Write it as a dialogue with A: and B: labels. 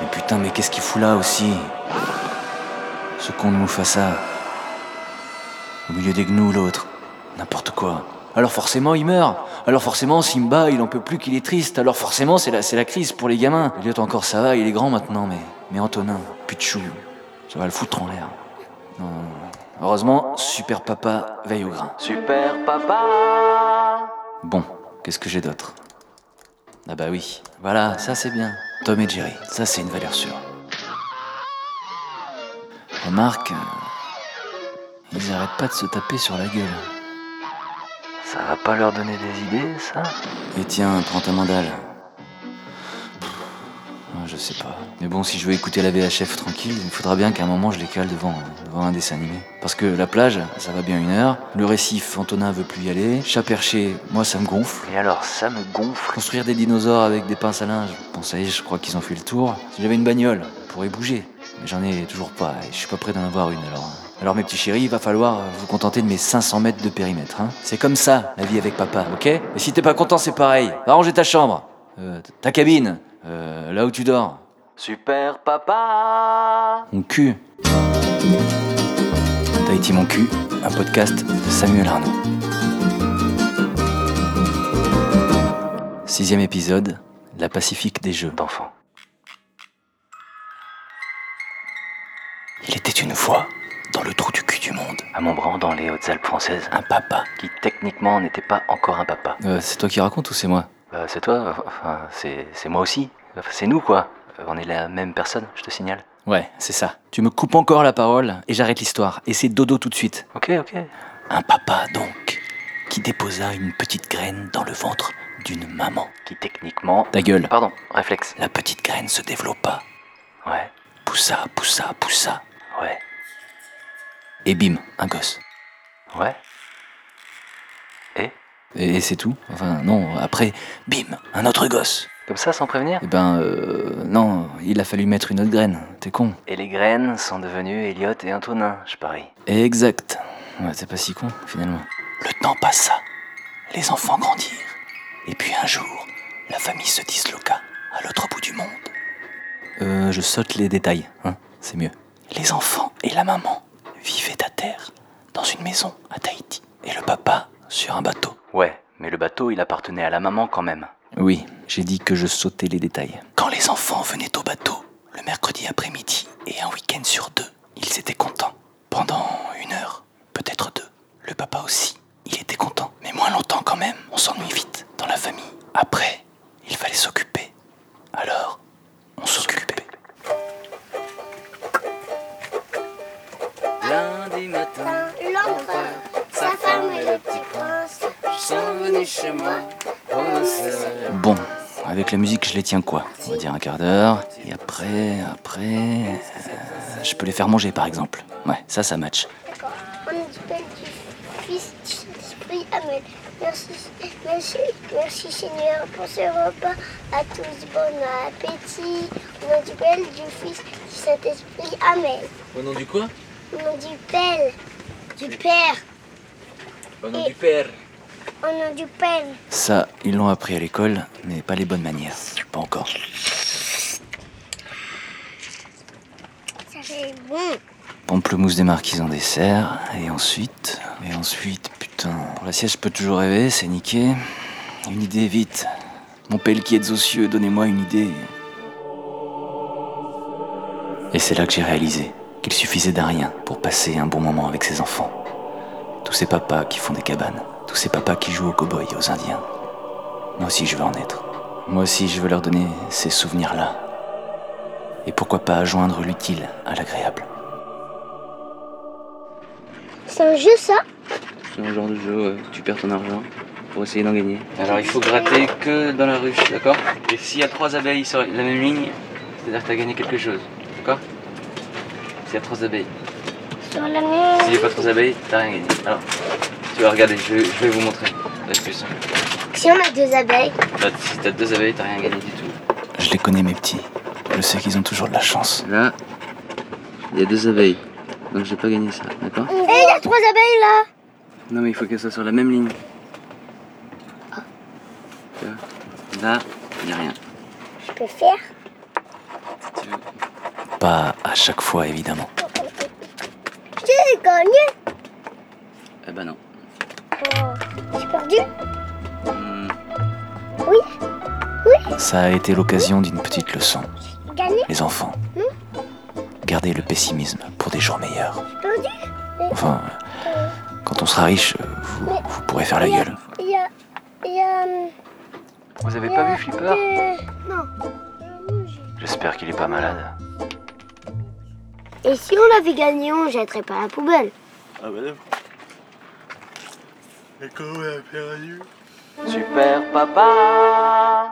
A: Mais putain, mais qu'est-ce qu'il fout là aussi Ce con de Mufasa. Au milieu des gnous, l'autre. N'importe quoi. Alors forcément, il meurt. Alors forcément, Simba, il en peut plus qu'il est triste. Alors forcément, c'est la, c'est la crise pour les gamins. Elliot encore, ça va, il est grand maintenant, mais, mais Antonin, Pichou, ça va le foutre en l'air. Non, non, non. Heureusement, Super Papa veille au grain.
B: Super papa
A: Bon, qu'est-ce que j'ai d'autre Ah bah oui, voilà, ça c'est bien. Tom et Jerry, ça c'est une valeur sûre. Remarque, euh, ils arrêtent pas de se taper sur la gueule.
B: Ça va pas leur donner des idées, ça
A: Et tiens, prends ta mandale. Pff, ah, Je sais pas. Mais bon, si je veux écouter la VHF tranquille, il me faudra bien qu'à un moment je les cale devant, devant un dessin animé. Parce que la plage, ça va bien une heure. Le récif, Antonin veut plus y aller. Chat perché, moi ça me gonfle.
B: Et alors, ça me gonfle.
A: Construire des dinosaures avec des pinces à linge. Bon, ça y est, je crois qu'ils ont fait le tour. Si j'avais une bagnole, on pourrait bouger. Mais j'en ai toujours pas et je suis pas prêt d'en avoir une alors. hein. Alors mes petits chéris, il va falloir euh, vous contenter de mes 500 mètres de périmètre. Hein. C'est comme ça, la vie avec papa, ok Et si t'es pas content, c'est pareil. Va ranger ta chambre, euh, t- ta cabine, euh, là où tu dors,
B: Super papa
A: mon cul. Tahiti mon cul, un podcast de Samuel Arnaud. Sixième épisode, la Pacifique des Jeux.
B: D'enfant.
A: Il était une fois, dans le trou du cul du monde,
B: À Montbran, dans les Hautes-Alpes françaises,
A: un papa.
B: qui techniquement n'était pas encore un papa.
A: Euh, c'est toi qui racontes ou c'est moi
B: Euh, c'est toi, enfin, c'est, c'est moi aussi. Enfin, c'est nous, quoi. Euh, on est la même personne, je te signale.
A: Ouais, c'est ça. Tu me coupes encore la parole et j'arrête l'histoire. Et c'est dodo tout de suite.
B: Ok, ok.
A: Un papa, donc, qui déposa une petite graine dans le ventre d'une maman.
B: Qui techniquement.
A: Ta gueule.
B: Pardon, réflexe.
A: La petite graine se développa,
B: Ouais,
A: poussa, poussa, poussa.
B: ouais,
A: Et bim, un gosse.
B: ouais. Et
A: Et, et c'est tout Enfin, non, après, bim, un autre gosse.
B: Comme ça, sans prévenir
A: Eh ben, euh, non, il a fallu mettre une autre graine. T'es con
B: Et les graines sont devenues Elliot et Antonin, je parie.
A: Exact. Ouais, t'es pas si con, finalement. Le temps passa. Les enfants grandirent. Et puis un jour, la famille se disloqua à l'autre bout du monde. Euh, je saute les détails, hein, c'est mieux. Les enfants et la maman vivaient à terre, dans une maison à Tahiti. Et le papa sur un bateau.
B: Ouais, mais le bateau, il appartenait à la maman quand même.
A: Oui, j'ai dit que je sautais les détails. Quand les enfants venaient au bateau, le mercredi après-midi et un week-end sur deux, ils étaient contents. Pendant une heure, peut-être deux. Le papa aussi, il était content. Mais moins longtemps quand même, on s'ennuie vite dans la famille. Après, il fallait s'occuper. Alors, on s'occupait.
C: Lundi matin,
D: L'enfant, sa femme et le petit prince.
C: ils sont venus chez moi pour me serrer.
A: Bon, avec la musique, je les tiens quoi On va dire un quart d'heure. Et après, après, euh, je peux les faire manger par exemple. Ouais, ça, ça match.
D: On nous appelle du Fils du Saint-Esprit. Amen. Ah, Merci, merci, merci Seigneur pour ce repas. À tous, bon appétit. Au nom du Père, du Fils, du Saint-Esprit. Amen.
C: Au nom du quoi
D: Au nom du Père, du Père,
C: Au nom du Père.
D: au nom du Père.
A: Ça, ils l'ont appris à l'école, mais pas les bonnes manières. Pas encore.
D: Ça fait bon.
A: Pamplemousse des marquises en dessert, et ensuite, et ensuite, putain. Pour la sieste, je peux toujours rêver, c'est niqué. Une idée, vite. Mon pelquier de Zossieux, donnez-moi une idée. Et c'est là que j'ai réalisé qu'il suffisait d'un rien pour passer un bon moment avec ses enfants. Tous ces papas qui font des cabanes, tous ces papas qui jouent aux cow-boys et aux indiens. Moi aussi, je veux en être. Moi aussi, je veux leur donner ces souvenirs-là. Et pourquoi pas joindre l'utile à l'agréable.
D: C'est un jeu, ça
B: C'est un genre de jeu, tu perds ton argent pour essayer d'en gagner. Alors il faut gratter que dans la ruche, d'accord Et s'il y a trois abeilles sur la même ligne, c'est-à-dire que t'as gagné quelque chose, d'accord S'il y a trois abeilles.
D: Sur la mer.
B: S'il n'y a pas trois abeilles, t'as rien gagné. Alors, tu vas regarder, je, vais- je vais vous montrer l'astuce.
D: Si on a deux abeilles.
B: Là, si t'as deux abeilles, t'as rien gagné du tout.
A: Je les connais mes petits. Je sais qu'ils ont toujours de la chance.
B: Là, il y a deux abeilles. Donc j'ai pas gagné ça, d'accord
D: Et il y a trois abeilles là.
B: Non mais il faut qu'elles soient sur la même ligne. Là, il n'y a rien.
D: Je peux faire.
B: Tu
A: Pas à chaque fois, évidemment.
D: J'ai gagné.
B: Eh ben non.
D: Oh, J'ai perdu.
B: Hmm,
D: Oui,
A: Ça a été l'occasion d'une petite leçon.
D: j'ai gagné.
A: Les enfants, gardez le pessimisme pour des jours meilleurs.
D: J'ai perdu.
A: Enfin, euh, quand on sera riche, euh, vous, vous pourrez faire la gueule.
D: Il y a. Il y a. hum,
B: Vous avez
D: il y
B: pas
D: a
B: vu Flipper
D: deux- Non.
A: J'espère qu'il est pas malade.
D: Et si on l'avait gagné, on jetterait pas la poubelle.
B: Super papa